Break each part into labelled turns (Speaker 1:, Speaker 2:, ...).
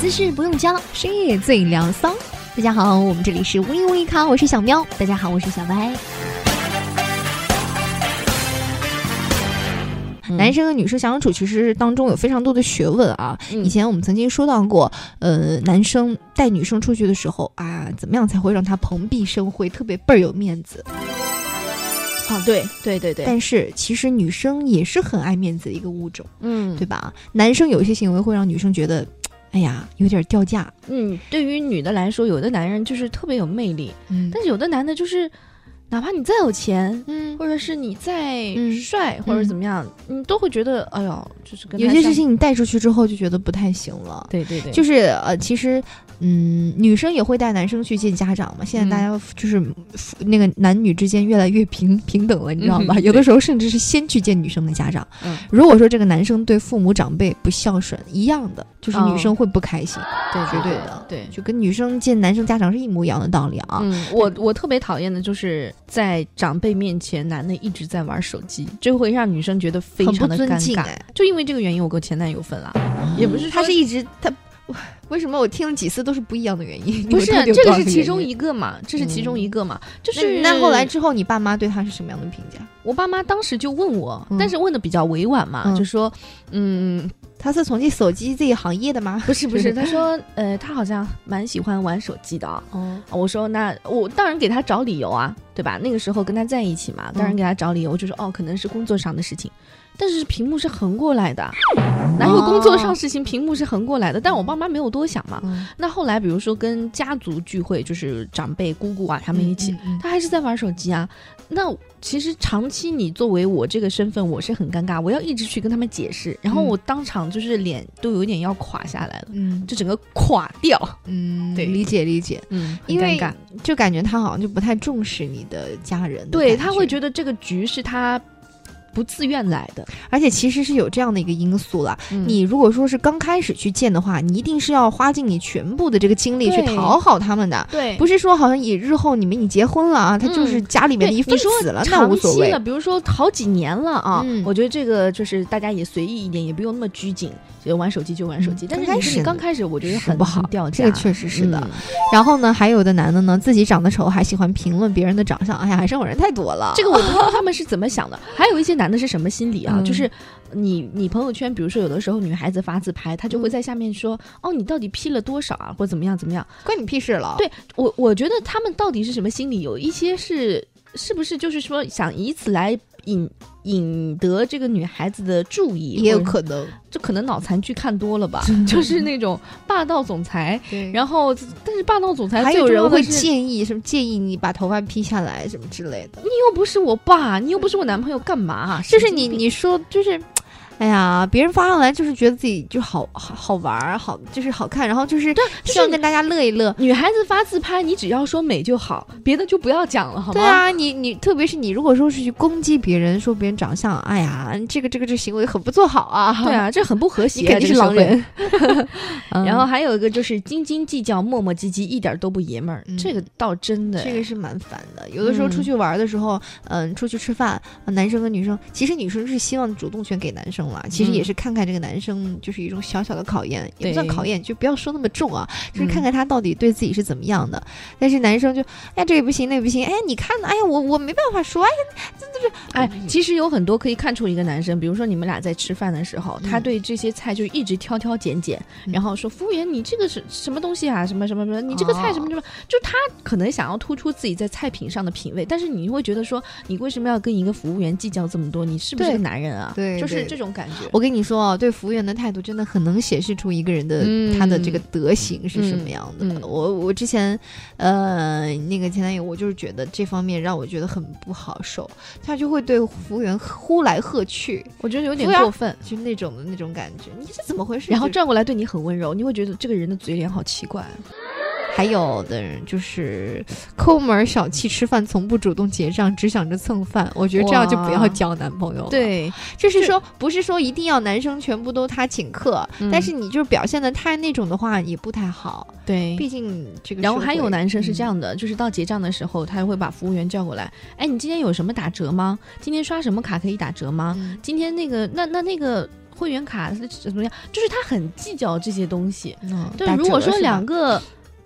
Speaker 1: 姿势不用教，深夜最疗骚。大家好，我们这里是微微咖，我是小喵。大家好，我是小白。
Speaker 2: 嗯
Speaker 1: 男生和女生相处，其实当中有非常多的学问啊。
Speaker 2: 嗯
Speaker 1: 以前我们曾经说到过，呃，男生带女生出去的时候啊，怎么样才会让她蓬荜生辉，特别倍儿有面子。
Speaker 2: 啊，对对对对，
Speaker 1: 但是其实女生也是很爱面子的一个物种，
Speaker 2: 嗯
Speaker 1: 对吧？男生有一些行为会让女生觉得，哎呀，有点掉价。
Speaker 2: 嗯，对于女的来说，有的男人就是特别有魅力，
Speaker 1: 嗯
Speaker 2: 但是有的男的就是，哪怕你再有钱，
Speaker 1: 嗯，
Speaker 2: 或者是你再
Speaker 1: 嗯
Speaker 2: 帅，或者
Speaker 1: 嗯
Speaker 2: 怎么样，你都会觉得，哎呦，就是跟
Speaker 1: 有
Speaker 2: 他
Speaker 1: 些
Speaker 2: 相
Speaker 1: 事，情你带出去之后就觉得不太行了。
Speaker 2: 对对对，
Speaker 1: 就是呃，其实，嗯，女生也会带男生去见家长嘛。现在
Speaker 2: 嗯
Speaker 1: 大家就是、那个男女之间越来越平平等了，你知道吧？
Speaker 2: 嗯
Speaker 1: 有的时候甚至是先去见女生的家长。
Speaker 2: 嗯
Speaker 1: 如果说这个男生对父母长辈不孝顺，一样的，就是
Speaker 2: 哦
Speaker 1: 女生会不开心，
Speaker 2: 对
Speaker 1: 绝对
Speaker 2: 对
Speaker 1: 的
Speaker 2: 对。
Speaker 1: 就跟女生见男生家长是一模一样的道理啊。
Speaker 2: 嗯，我我特别讨厌的就是在长辈面前，男的一直在玩手机，这会让女生觉得非
Speaker 1: 很不
Speaker 2: 常的
Speaker 1: 尊
Speaker 2: 尴
Speaker 1: 敬
Speaker 2: 尬。
Speaker 1: 哎，哦
Speaker 2: 就因为这个原因，我跟前男友分了，也不是说
Speaker 1: 他是一直他，我为什么我听了几次都是不一样的原因？
Speaker 2: 不
Speaker 1: 你
Speaker 2: 是啊
Speaker 1: 到底有
Speaker 2: 这
Speaker 1: 多
Speaker 2: 个
Speaker 1: 少
Speaker 2: 是其
Speaker 1: 原
Speaker 2: 中
Speaker 1: 因
Speaker 2: 一个嘛，这是其中一个嘛，就
Speaker 1: 那
Speaker 2: 是
Speaker 1: 那后来之后，你爸妈对他是什么样的评价？
Speaker 2: 我爸妈当时就问我，
Speaker 1: 嗯
Speaker 2: 但是问的比较委婉嘛，
Speaker 1: 嗯
Speaker 2: 就说，嗯，
Speaker 1: 他是从事手机这一行业的吗？
Speaker 2: 不是不是，他说， 呃，他好像蛮喜欢玩手机的啊、
Speaker 1: 哦，
Speaker 2: 我说那我当然给他找理由啊，对吧？那个时候跟他在一起嘛，当然给他找理由，我就说哦，可能是工作上的事情。但是屏幕是横过来的，哪有工作上事情屏幕是横过来的？但我爸妈没有多想嘛。
Speaker 1: 嗯，
Speaker 2: 那后来比如说跟家族聚会，就是长辈、姑姑啊他
Speaker 1: 他
Speaker 2: 们一起，，他还是在玩手机啊。那其实长期你作为我这个身份，我是很尴尬，我要一直去跟他们解释，然后
Speaker 1: 嗯
Speaker 2: 我当场就是脸都有点要垮下来了，
Speaker 1: 嗯
Speaker 2: 就整个垮掉，
Speaker 1: 嗯，
Speaker 2: 对
Speaker 1: 理解理解，
Speaker 2: 嗯，很
Speaker 1: 因
Speaker 2: 尴
Speaker 1: 为
Speaker 2: 尬。
Speaker 1: 就感觉他好像就不太重视你的家人的
Speaker 2: 对
Speaker 1: 感
Speaker 2: 他会
Speaker 1: 觉
Speaker 2: 觉得这个局是他不自愿来的。
Speaker 1: 得，而且其实是有这样的一个因素啦。你
Speaker 2: 你
Speaker 1: 如果说是刚开始去见的话，你一定是要花尽你全部的这个精力去
Speaker 2: 对
Speaker 1: 讨好他们的。
Speaker 2: 对
Speaker 1: 不是说好像以日后你们已结婚了啊，他就是
Speaker 2: 嗯
Speaker 1: 家里面的一份子了，那无
Speaker 2: 长
Speaker 1: 所
Speaker 2: 期
Speaker 1: 谓
Speaker 2: 了，。比如说好几年了啊，
Speaker 1: 嗯
Speaker 2: 我觉得这个就是大家也随意一点，也不用那么拘谨，就玩手机就玩手机。
Speaker 1: 嗯
Speaker 2: 但是
Speaker 1: 刚开
Speaker 2: 你是
Speaker 1: 始
Speaker 2: 你刚开始，我觉得
Speaker 1: 是
Speaker 2: 很
Speaker 1: 不好
Speaker 2: 很掉价，
Speaker 1: 这个确实是的，
Speaker 2: 嗯
Speaker 1: 然后呢，还有的男的呢，自己长得丑，还喜欢评论别人的长相。哎呀，这种人太多了。
Speaker 2: 这个我不知道他们是怎么想的。还有一些男的是什么心理啊？
Speaker 1: 嗯
Speaker 2: 就是你你朋友圈，比如说有的时候女孩子发自拍，她就会
Speaker 1: 嗯
Speaker 2: 在下面说、哦你到底 P 了多少啊，或者怎么样怎么样。
Speaker 1: 关你屁事了。
Speaker 2: 对我我觉得他们到底是什么心理？有一些是是不是就是说想以此来引引得这个女孩子的注意，
Speaker 1: 也有
Speaker 2: 或者
Speaker 1: 可能。
Speaker 2: 就可能脑残剧看多了吧，就是那种霸道总裁。
Speaker 1: 对
Speaker 2: 然后，但是霸道总裁
Speaker 1: 嗯还
Speaker 2: 最
Speaker 1: 有
Speaker 2: 重要
Speaker 1: 人
Speaker 2: 的
Speaker 1: 会
Speaker 2: 是
Speaker 1: 建议什么？建议你把头发披下来什么之类的。
Speaker 2: 你又不是我爸，你又不是我男朋友，干嘛啊？
Speaker 1: 就
Speaker 2: 神
Speaker 1: 是
Speaker 2: 经
Speaker 1: 你
Speaker 2: 病
Speaker 1: 你说就是，哎呀，别人发上来就是觉得自己就好好好玩儿，好就是好看，然后就是
Speaker 2: 对，就
Speaker 1: 希望
Speaker 2: 是
Speaker 1: 跟大家乐一乐。
Speaker 2: 女孩子发自拍，你只要说美就好，别的就不要讲了，好吗？
Speaker 1: 对啊，你你特别是你如果说是去攻击别人，说别人长相，哎呀，这个这个这行为很不做好啊。
Speaker 2: 对，啊，这很不和谐、
Speaker 1: 你
Speaker 2: 啊，
Speaker 1: 肯定
Speaker 2: 这
Speaker 1: 是
Speaker 2: 个社
Speaker 1: 狼
Speaker 2: 会。
Speaker 1: 人。嗯
Speaker 2: 然后还有一个就是斤斤计较、磨磨唧唧，一点都不爷们儿，
Speaker 1: 嗯
Speaker 2: 这个倒真的。
Speaker 1: 这个是蛮烦的。有的时候出
Speaker 2: 嗯
Speaker 1: 去玩的时候，嗯、出去吃饭，呃男生跟女生，其实女生是希望主动权给男生了，其实也
Speaker 2: 嗯
Speaker 1: 是看看这个男生就是一种小小的考验，也不算
Speaker 2: 对
Speaker 1: 考验，就不要说那么重啊，就是看
Speaker 2: 嗯
Speaker 1: 看他到底对自己是怎么样的。但是男生就，哎，这个不行，那个不行，哎，你看，哎呀，我我没办法说，哎呀，
Speaker 2: 哎，其实有很多可以看出一个男生，比如说你们俩在吃饭的时候，他
Speaker 1: 嗯
Speaker 2: 对这些菜就一直挑挑拣拣，
Speaker 1: 嗯
Speaker 2: 然后说服务员你这个是什么东西啊，什么什么什么，你这个菜
Speaker 1: 哦
Speaker 2: 什么什么，就他可能想要突出自己在菜品上的品味，但是你会觉得说你为什么要跟一个服务员计较这么多？你是不是
Speaker 1: 对
Speaker 2: 个男人啊？
Speaker 1: 对
Speaker 2: 就是
Speaker 1: 对
Speaker 2: 这种感觉。
Speaker 1: 我跟你说哦，对服务员的态度真的很能显示出一个人的、他的这个德行是什么样的。
Speaker 2: 嗯嗯
Speaker 1: 我我之前呃那个前男友，我就是觉得这方面让我觉得很不好受，他就会对服务员呼来喝去，
Speaker 2: 我觉得有点
Speaker 1: 服务员
Speaker 2: 过分。
Speaker 1: 就那种的那种感觉，你这怎么回事？
Speaker 2: 然后
Speaker 1: 就
Speaker 2: 转过来对你很温柔，你会觉得这个人的嘴脸好奇怪。
Speaker 1: 还有的人就是抠门儿小气，吃饭从不主动结账，只想着蹭饭。我觉得这样就不要
Speaker 2: 哇
Speaker 1: 交男朋友了。
Speaker 2: 对，
Speaker 1: 就是
Speaker 2: 这
Speaker 1: 说，不是说一定要男生全部都他请客，
Speaker 2: 嗯
Speaker 1: 但是你就是表现的太那种的话，也不太好。
Speaker 2: 对
Speaker 1: 毕竟这个，
Speaker 2: 然后还有男生是嗯这，样的，就是到结账的时候，他会把服务员叫过来，哎，你今天有什么打折吗？今天刷什么卡可以打折吗？
Speaker 1: 嗯
Speaker 2: 今天那个那那那个会员卡是怎么样，就是他很计较这些东西。
Speaker 1: 嗯
Speaker 2: 对
Speaker 1: 打，
Speaker 2: 如果
Speaker 1: 折
Speaker 2: 说
Speaker 1: 是吧
Speaker 2: 两个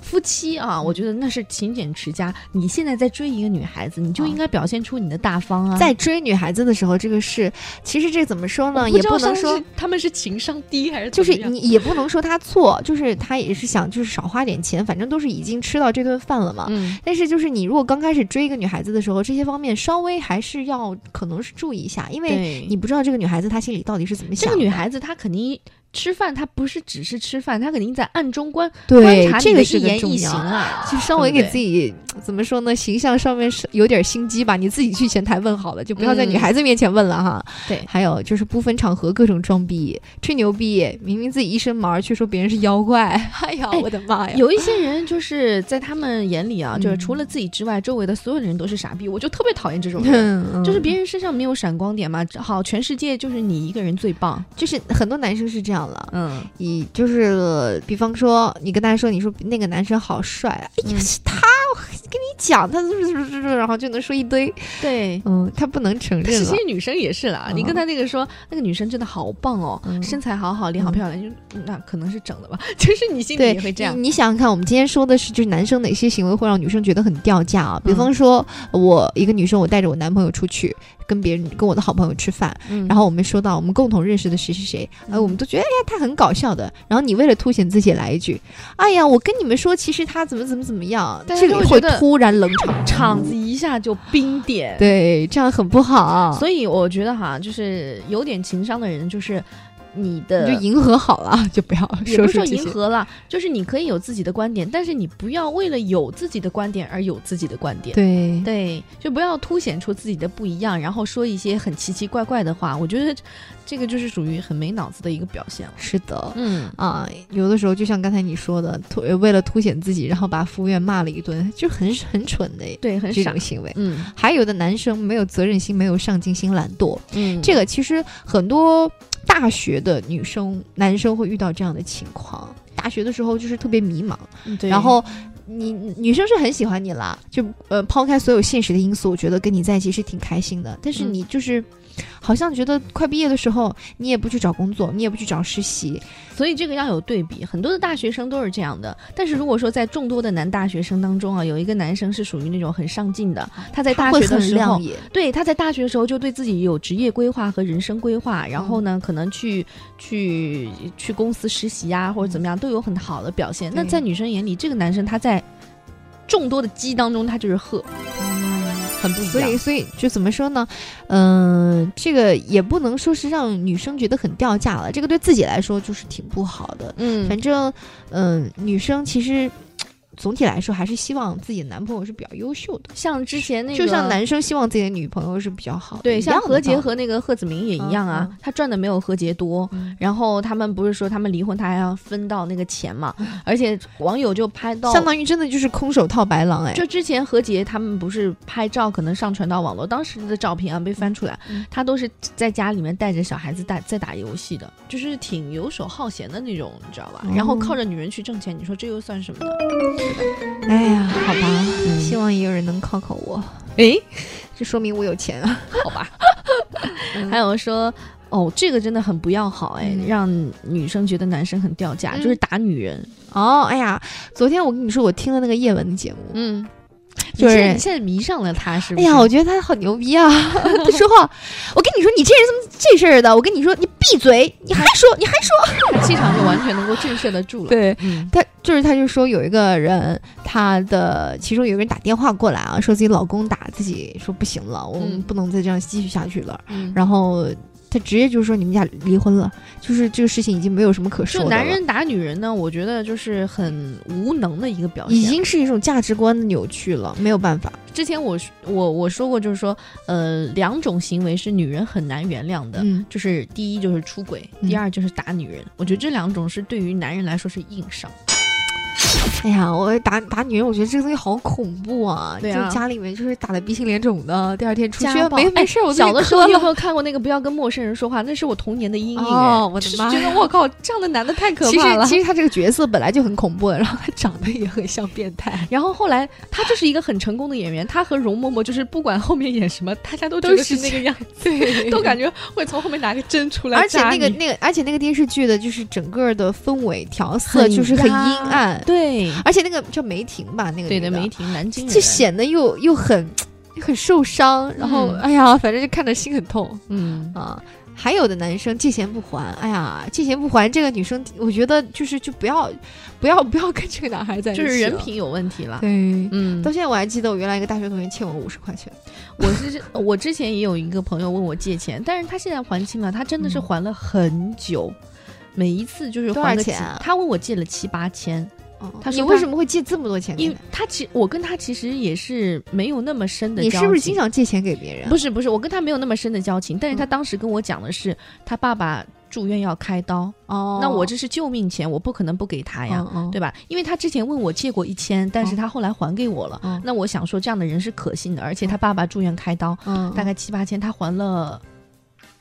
Speaker 2: 夫妻啊，我觉得那是勤俭持家。你现在在追一个女孩子，你就
Speaker 1: 啊
Speaker 2: 应该表现出你的大方啊。
Speaker 1: 在追女孩子的时候，这个是其实这怎么说
Speaker 2: 我
Speaker 1: 呢？
Speaker 2: 不
Speaker 1: 也
Speaker 2: 知
Speaker 1: 不
Speaker 2: 道
Speaker 1: 能
Speaker 2: 是
Speaker 1: 说
Speaker 2: 他们是情商低还是
Speaker 1: 就是
Speaker 2: 怎么样
Speaker 1: 你也不能说他错，就是他也是想就是少花点钱，反正都是已经吃到这顿饭了嘛。
Speaker 2: 嗯
Speaker 1: 但是就是你如果刚开始追一个女孩子的时候，这些方面稍微还是要可能是注意一下，因为
Speaker 2: 对
Speaker 1: 你不知道这个女孩子她心里到底是怎么
Speaker 2: 这
Speaker 1: 想
Speaker 2: 个
Speaker 1: 的。
Speaker 2: 女孩子她肯定吃饭，她不是只是吃饭，她肯定在暗中观观
Speaker 1: 对
Speaker 2: 察
Speaker 1: 这
Speaker 2: 你的
Speaker 1: 个是
Speaker 2: 一
Speaker 1: 个
Speaker 2: 言
Speaker 1: 重
Speaker 2: 一行
Speaker 1: 要。
Speaker 2: 啊。
Speaker 1: 就稍微
Speaker 2: 对
Speaker 1: 给
Speaker 2: 不对
Speaker 1: 自己怎么说呢，形象上面是有点心机吧，你自己去前台问好了，就不要在女
Speaker 2: 嗯
Speaker 1: 孩子面前问了哈。
Speaker 2: 对
Speaker 1: 还有就是不分场合各种装逼、吹牛逼，明明自己一身毛儿，却说别人是妖 怪。哎呀，
Speaker 2: 哎
Speaker 1: 我的妈呀！
Speaker 2: 有一些人就是在他们眼里啊，
Speaker 1: 嗯
Speaker 2: 就是除了自己之外，周围的所有的人都是傻逼，我就特别讨厌这种 人。
Speaker 1: 嗯，
Speaker 2: 就是
Speaker 1: 嗯
Speaker 2: 别人身上没有闪光点嘛，好，全世界就是你一个人最棒。
Speaker 1: 就是很多男生是这样了，
Speaker 2: 嗯，
Speaker 1: 以就是、比方说你跟他说，你说那个男生好帅啊，哎呀，
Speaker 2: 嗯
Speaker 1: 是他，我跟你讲，他是是是，然后就能说一堆，
Speaker 2: 对。
Speaker 1: 嗯，他不能承
Speaker 2: 但
Speaker 1: 认
Speaker 2: 是
Speaker 1: 了
Speaker 2: 其实，女生也是啦，
Speaker 1: 嗯
Speaker 2: 你跟她那个说，那个女生真的好棒哦，
Speaker 1: 嗯
Speaker 2: 身材好好，脸好漂亮，就嗯那可能是整的吧， 就是你心里
Speaker 1: 对，
Speaker 2: 也会这样
Speaker 1: 你。。你想想看，我们今天说的是，就是男生哪些行为会让女生觉得很掉价啊？
Speaker 2: 嗯
Speaker 1: 比方说，我一个女生，我带着我男朋友出去，跟别人跟我的好朋友吃饭，
Speaker 2: 嗯
Speaker 1: 然后我们说到我们共同认识的谁谁谁，哎，
Speaker 2: 嗯
Speaker 1: 我们都觉得哎呀他很搞笑的。然后你为了凸显自己来一句，哎呀，我跟你们说，其实他怎么怎么怎么样，
Speaker 2: 大家
Speaker 1: 这
Speaker 2: 就
Speaker 1: 个
Speaker 2: 会
Speaker 1: 会
Speaker 2: 觉得
Speaker 1: 突然冷场，
Speaker 2: 场子一下就冰点。
Speaker 1: 对，这样很不好，
Speaker 2: 所以我觉得哈，就是有点情商的人，就是你的
Speaker 1: 你就迎合好了，就不要
Speaker 2: 也不
Speaker 1: 说出
Speaker 2: 是说
Speaker 1: 这
Speaker 2: 迎
Speaker 1: 些。
Speaker 2: 合了，就是你可以有自己的观点，但是你不要为了有自己的观点而有自己的观点。
Speaker 1: 对，
Speaker 2: 对，就不要凸显出自己的不一样，然后说一些很奇奇怪怪的话。我觉得这个就是属于很没脑子的一个表现了。
Speaker 1: 是的。
Speaker 2: 嗯，
Speaker 1: 啊，有的时候就像刚才你说的，突呃为了凸显自己，然后把服务员骂了一顿，就很很蠢的
Speaker 2: 对，很
Speaker 1: 这
Speaker 2: 傻
Speaker 1: 种。行为。
Speaker 2: 嗯
Speaker 1: 还有的男生没有责任心，没有上进心，懒惰，
Speaker 2: 嗯，
Speaker 1: 这个其实很多大学的女生、男生会遇到这样的情况。大学的时候就是特别迷茫，
Speaker 2: 个
Speaker 1: 然后你女生是很喜欢你啦，就呃抛开所有现实的因素，我觉得跟你在一起是挺开心的。但是
Speaker 2: 嗯
Speaker 1: 你就是、好像觉得快毕业的时候，你也不去找工作，你也不去找实习，
Speaker 2: 所以这个要有对比，很多的大学生都是这样的。但是如果说在众多的男大学生当中啊，有一个男生是属于那种很上进的，他在大
Speaker 1: 啊会
Speaker 2: 学的
Speaker 1: 很
Speaker 2: 时
Speaker 1: 亮
Speaker 2: 候，
Speaker 1: 眼。
Speaker 2: 对，他在大学的时候就对自己有职业规划和人生规划，然后呢，可能去去去公司实习啊，或者怎么样，都有很好的表现。那
Speaker 1: 对
Speaker 2: 在女生眼里，这个男生他在众多的鸡当中，他就是鹤，嗯很不一样。
Speaker 1: 所以，所以就怎么说呢？嗯、这个也不能说是让女生觉得很掉价了，这个对自己来说就是挺不好的。
Speaker 2: 嗯，
Speaker 1: 反正，嗯、女生其实总体来说还是希望自己的男朋友是比较优秀的，
Speaker 2: 像之前那个，
Speaker 1: 就像男生希望自己的女朋友是比较好的。
Speaker 2: 对，
Speaker 1: 一
Speaker 2: 像
Speaker 1: 样的
Speaker 2: 何洁
Speaker 1: 道理
Speaker 2: 和那个贺子铭也一样啊，
Speaker 1: 嗯嗯
Speaker 2: 他赚的没有何洁多。
Speaker 1: 嗯
Speaker 2: 然后他们不是说他们离婚，他还要分到那个 钱嘛？而且网友就拍到，
Speaker 1: 相当于真的就是空手套白狼哎。
Speaker 2: 就之前何洁他们不是拍照，可能上传到网络，当时的照片啊被翻出来
Speaker 1: 嗯，
Speaker 2: 他都是在家里面带着小孩子打在打游戏的，就是挺游手好闲的那种，你知道吧？
Speaker 1: 哦
Speaker 2: 然后靠着女人去挣钱，你说这又算什么呢？
Speaker 1: 哎呀，好吧，
Speaker 2: 嗯
Speaker 1: 希望也有人能考考我，
Speaker 2: 诶，
Speaker 1: 这说明我有钱 啊。
Speaker 2: 好吧。
Speaker 1: 嗯
Speaker 2: 还有说。哦，这个真的很不要好哎，
Speaker 1: 嗯
Speaker 2: 让女生觉得男生很掉价，
Speaker 1: 嗯
Speaker 2: 就是打女人。
Speaker 1: 哦，哎呀，昨天我跟你说，我听了那个叶文的节目，
Speaker 2: 嗯，
Speaker 1: 就是
Speaker 2: 你现在你现在迷上了他是不
Speaker 1: 哎
Speaker 2: 是？
Speaker 1: 呀，我觉得他好牛逼啊！ 他说话，我跟你说，你这人怎么这事儿的？我跟你说，你闭嘴！你还说，你还说。
Speaker 2: 他气场就完全能够震慑得住了。
Speaker 1: 对
Speaker 2: 嗯，
Speaker 1: 他就是，他就说有一个人，他的其中有个人打电话过来啊，说自己老公打自己，说不行了，我们
Speaker 2: 嗯
Speaker 1: 不能再这样继续下去了。
Speaker 2: 嗯
Speaker 1: 然后他直接就说你们家离婚了，就是这个事情已经没有什么可说
Speaker 2: 就
Speaker 1: 的
Speaker 2: 男
Speaker 1: 了
Speaker 2: 人打女人呢，我觉得就是很无能的一个表现。
Speaker 1: 已经是一种价值观的扭曲了，没有办法。
Speaker 2: 之前我我我说过，就是说，呃，两种行为是女人很难原谅的，
Speaker 1: 嗯，
Speaker 2: 就是第一就是出轨，
Speaker 1: 嗯
Speaker 2: 第二就是打女人。我觉得这两种是对于男人来说是硬伤。
Speaker 1: 哎呀，我打打女人，我觉得这个东西好恐怖啊！
Speaker 2: 对啊
Speaker 1: 就家里面就是打的鼻青脸肿的，第二天出去
Speaker 2: 家暴
Speaker 1: 没
Speaker 2: 哎
Speaker 1: 没事，我自己
Speaker 2: 小的时候
Speaker 1: 磕
Speaker 2: 你有
Speaker 1: 了
Speaker 2: 没有看过那个《不要跟陌生人说话》？那是我童年的阴影。哎
Speaker 1: 哦我的
Speaker 2: 就是
Speaker 1: 妈
Speaker 2: 觉得我靠，这样的男的太可
Speaker 1: 其
Speaker 2: 怕了
Speaker 1: 实。其实他这个角色本来就很恐怖的，然后他长得也很像变态，
Speaker 2: 然后后来他就是一个很成功的演员，他和容嬷嬷就是不管后面演什么，大家都觉
Speaker 1: 都
Speaker 2: 得
Speaker 1: 是
Speaker 2: 是那个样，
Speaker 1: 对
Speaker 2: 都感觉会从后面拿个针出来
Speaker 1: 而且
Speaker 2: 扎
Speaker 1: 那
Speaker 2: 你。
Speaker 1: 个那个，而且那个电视剧的就是整个的氛围调色
Speaker 2: 很
Speaker 1: 就是很阴
Speaker 2: 压
Speaker 1: 暗，
Speaker 2: 对
Speaker 1: 而且那个叫梅婷吧，那个
Speaker 2: 对
Speaker 1: 女
Speaker 2: 的，梅婷，南京人。
Speaker 1: 就显得又又很又很受伤，然后、
Speaker 2: 嗯
Speaker 1: 哎呀，反正就看着心很痛
Speaker 2: 嗯，
Speaker 1: 啊。还有的男生借钱不还，哎呀，借钱不还，这个女生我觉得就是就不要不要不要跟这个男孩在一起，啊
Speaker 2: 就是人。品有问题了。
Speaker 1: 对，
Speaker 2: 嗯
Speaker 1: 到，现在我还记得我原来一个大学同学欠我五十块钱，
Speaker 2: 我是我之前也有一个朋友问我借钱，但是他现在还清了，他真的是
Speaker 1: 嗯
Speaker 2: 还了很久，每一次就是
Speaker 1: 多
Speaker 2: 还
Speaker 1: 少
Speaker 2: 个
Speaker 1: 钱
Speaker 2: 几
Speaker 1: 啊
Speaker 2: 他问我借了七八千，
Speaker 1: 哦
Speaker 2: 他
Speaker 1: 你
Speaker 2: 说
Speaker 1: 为
Speaker 2: 他
Speaker 1: 什么会借这么多钱给
Speaker 2: 因
Speaker 1: 他
Speaker 2: 为？他其我跟他其实也是没有那么深的
Speaker 1: 你
Speaker 2: 交
Speaker 1: 是不是
Speaker 2: 情
Speaker 1: 经常借钱给别人？
Speaker 2: 不是不是，我跟他没有那么深的交情，但是他
Speaker 1: 嗯
Speaker 2: 当时跟我讲的是他爸爸住院要开刀，
Speaker 1: 哦，
Speaker 2: 那我这是救命钱，我不可能不给他呀，
Speaker 1: 嗯，嗯
Speaker 2: 对吧？因为他之前问我借过一千，但是
Speaker 1: 哦
Speaker 2: 他后来还给我了。
Speaker 1: 嗯
Speaker 2: 那我想说，这样的人是可信的，而且他爸爸住院开刀，
Speaker 1: 嗯，
Speaker 2: 大概七八千，他还了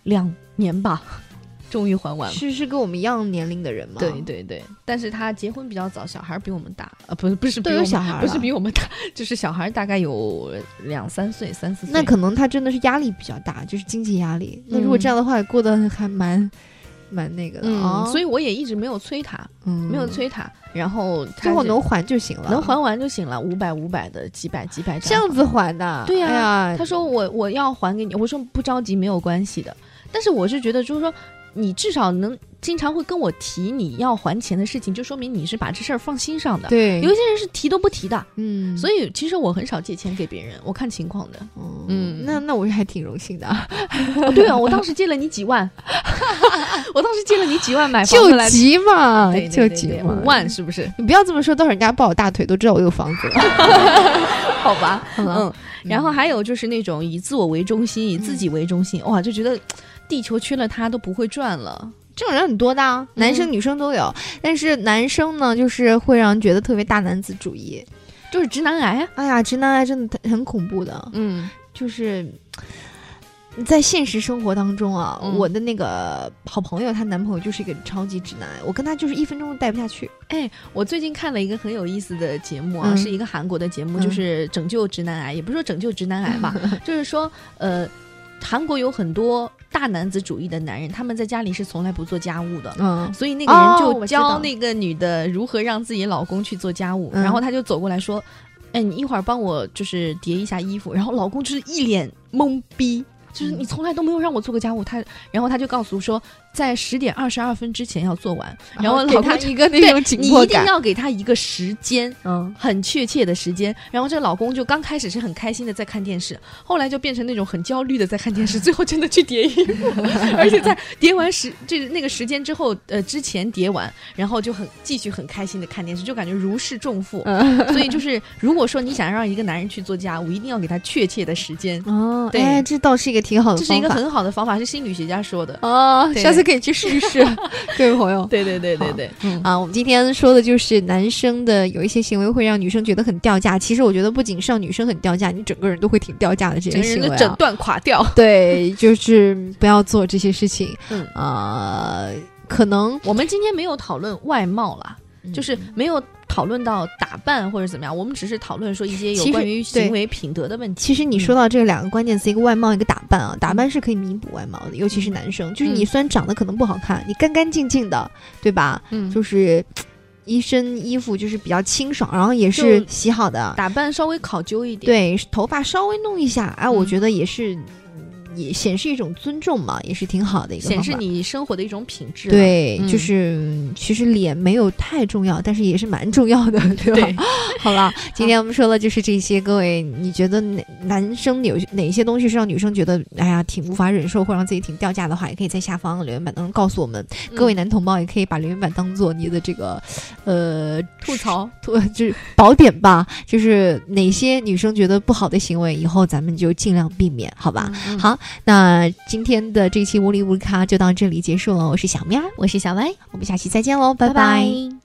Speaker 2: 两年吧， 终于还完了。
Speaker 1: 是是跟我们一样年龄的人吗？
Speaker 2: 对对对，但是他结婚比较早，小孩儿比我们大啊，不是不是比
Speaker 1: 都
Speaker 2: 我
Speaker 1: 有
Speaker 2: 们
Speaker 1: 小孩啊儿
Speaker 2: 不是
Speaker 1: 了
Speaker 2: 比我们大， 就是小孩儿大概有两三岁、三四岁。
Speaker 1: 那可能他真的是压力比较大，就是经济压力。那如果这样的话，过得还蛮蛮那个的
Speaker 2: 嗯，
Speaker 1: 哦，
Speaker 2: 所以我也一直没有催他，
Speaker 1: 嗯
Speaker 2: 没有，催他，然后他
Speaker 1: 最后
Speaker 2: 就
Speaker 1: 能还就行了，
Speaker 2: 能还完就行了，五百五百的，几百几百
Speaker 1: 这样
Speaker 2: 还。
Speaker 1: 子还的，
Speaker 2: 对呀
Speaker 1: 哎呀，
Speaker 2: 他说我我要还给你，我说不着急，没有关系的。但是我是觉得，就是说你至少能经常会跟我提你要还钱的事情，就说明你是把这事儿放心上的。
Speaker 1: 对，
Speaker 2: 有一些人是提都不提的，
Speaker 1: 嗯，
Speaker 2: 所
Speaker 1: 以
Speaker 2: 以其实我很少借钱给别人，我看情况的。嗯
Speaker 1: 那那我还挺荣幸的，
Speaker 2: 哦对啊，我当时借了你几万，我当时借了你几万买房子
Speaker 1: 救
Speaker 2: 来，
Speaker 1: 急嘛
Speaker 2: 对，
Speaker 1: 救
Speaker 2: 对对
Speaker 1: 急
Speaker 2: 对，
Speaker 1: 嘛，
Speaker 2: 五。万是不是？
Speaker 1: 你不要这么说，到时候人家抱我大腿都知道我有房子 了。
Speaker 2: 好吧，嗯
Speaker 1: 嗯，
Speaker 2: 然后还有就是那种以自我为中心，以自己为中心，哇，就觉得地球缺了他都不会转了。
Speaker 1: 这种人很多的啊，男生女生都有。但是男生呢，就是会让人觉得特别大男子主义。
Speaker 2: 就是直男癌啊，
Speaker 1: 哎呀，直男癌真的很恐怖的。
Speaker 2: 嗯
Speaker 1: 就是在现实生活当中啊，
Speaker 2: 嗯
Speaker 1: 我的那个好朋友，她男朋友就是一个超级直男，我跟他就是一分钟都待不下去。
Speaker 2: 我最近看了一个很有意思的节目啊，
Speaker 1: 嗯
Speaker 2: 是一个韩国的节目，
Speaker 1: 嗯
Speaker 2: 就是拯救直男癌，也不是说拯救直 男癌吧，就是说呃，韩国有很多大男子主义的男人，他们在家里是从来不做家务的。
Speaker 1: 嗯，
Speaker 2: 所以那个人
Speaker 1: 哦
Speaker 2: 就
Speaker 1: 我知
Speaker 2: 教
Speaker 1: 道
Speaker 2: 那个女的如何让自己老公去做家务，
Speaker 1: 嗯
Speaker 2: 然后他就走过来说：“哎，你一会儿帮我就是叠一下衣服。”然后老公就是一脸懵逼，就是
Speaker 1: 嗯
Speaker 2: 你从来都没有让我做过家务。他然后他就告诉说，在十点二十二分之前要做完，然后
Speaker 1: 给
Speaker 2: 老公
Speaker 1: 他
Speaker 2: 就
Speaker 1: 一个那
Speaker 2: 对
Speaker 1: 种紧
Speaker 2: 你
Speaker 1: 迫
Speaker 2: 一定
Speaker 1: 感。
Speaker 2: 要给他一个时间，
Speaker 1: 嗯，
Speaker 2: 很确切的时间。然后这老公就刚开始是很开心的在看电视，后来就变成那种很焦虑的在看电视，最后真的去叠衣服， 而且在叠完时这那个时间之后，呃，之前叠完，然后就很继续很开心的看电视，就感觉如释重负。 所以就是，如果说你想让一个男人去做家务，一定要给他确切的时间，
Speaker 1: 哦，
Speaker 2: 对
Speaker 1: 哎，这倒是一个挺好的
Speaker 2: 这
Speaker 1: 方法。
Speaker 2: 是一个很好的方法，是心理学家说的。
Speaker 1: 哦，
Speaker 2: 对
Speaker 1: 下次可以去试一试， 各位朋友。
Speaker 2: 对对对对对，嗯
Speaker 1: 啊，我们今天说的就是男生的有一些行为会让女生觉得很掉价。其实我觉得不仅是让女生很掉价，你整个人都会挺掉价的这些
Speaker 2: 整个人
Speaker 1: 行为、
Speaker 2: 的
Speaker 1: 啊。
Speaker 2: 整段垮掉。
Speaker 1: 对，就是不要做这些事情。
Speaker 2: 嗯
Speaker 1: 啊、可能
Speaker 2: 我们今天没有讨论外貌啦，
Speaker 1: 嗯
Speaker 2: 就是没有讨论到打扮或者怎么样，我们只是讨论说一些有
Speaker 1: 其实
Speaker 2: 关于
Speaker 1: 对
Speaker 2: 行为品德的问题。
Speaker 1: 其实你说到这两个关键词，一个外貌，一个打扮啊。打扮是可以弥补外貌的，尤其是男生，就是你
Speaker 2: 嗯
Speaker 1: 虽然长得可能不好看，你干干净净的，对吧？
Speaker 2: 嗯就
Speaker 1: 就是一身衣服就是比较清爽，然后也是
Speaker 2: 就
Speaker 1: 洗好的，
Speaker 2: 打扮稍微考究一点。
Speaker 1: 对，头发稍微弄一下，哎、我
Speaker 2: 嗯
Speaker 1: 觉得也是。也显示一种尊重嘛，也是挺好的一个
Speaker 2: 显示
Speaker 1: 方法
Speaker 2: 你生活的一种品质。，
Speaker 1: 对，
Speaker 2: 嗯
Speaker 1: 就是嗯其实脸没有太重要，但是也是蛮重要的，对吧？
Speaker 2: 对
Speaker 1: 好 了，今天我们说的就是这些。各位，你觉得哪男生有哪些东西是让女生觉得哎呀挺无法忍受，或让自己挺掉价的话，也可以在下方留言板当中告诉我们。各位
Speaker 2: 嗯
Speaker 1: 男同胞也可以把留言板当做你的这个呃
Speaker 2: 嗯吐槽，
Speaker 1: 吐 就是宝典吧，就是哪些女生觉得不好的行为，以后咱们就尽量避免，好吧？
Speaker 2: 嗯，
Speaker 1: 好，那今天的这期无厘无咖就到这里结束了。我是小喵儿，
Speaker 2: 我是小歪，
Speaker 1: 我们下期再见喽，拜
Speaker 2: 拜
Speaker 1: 拜
Speaker 2: 拜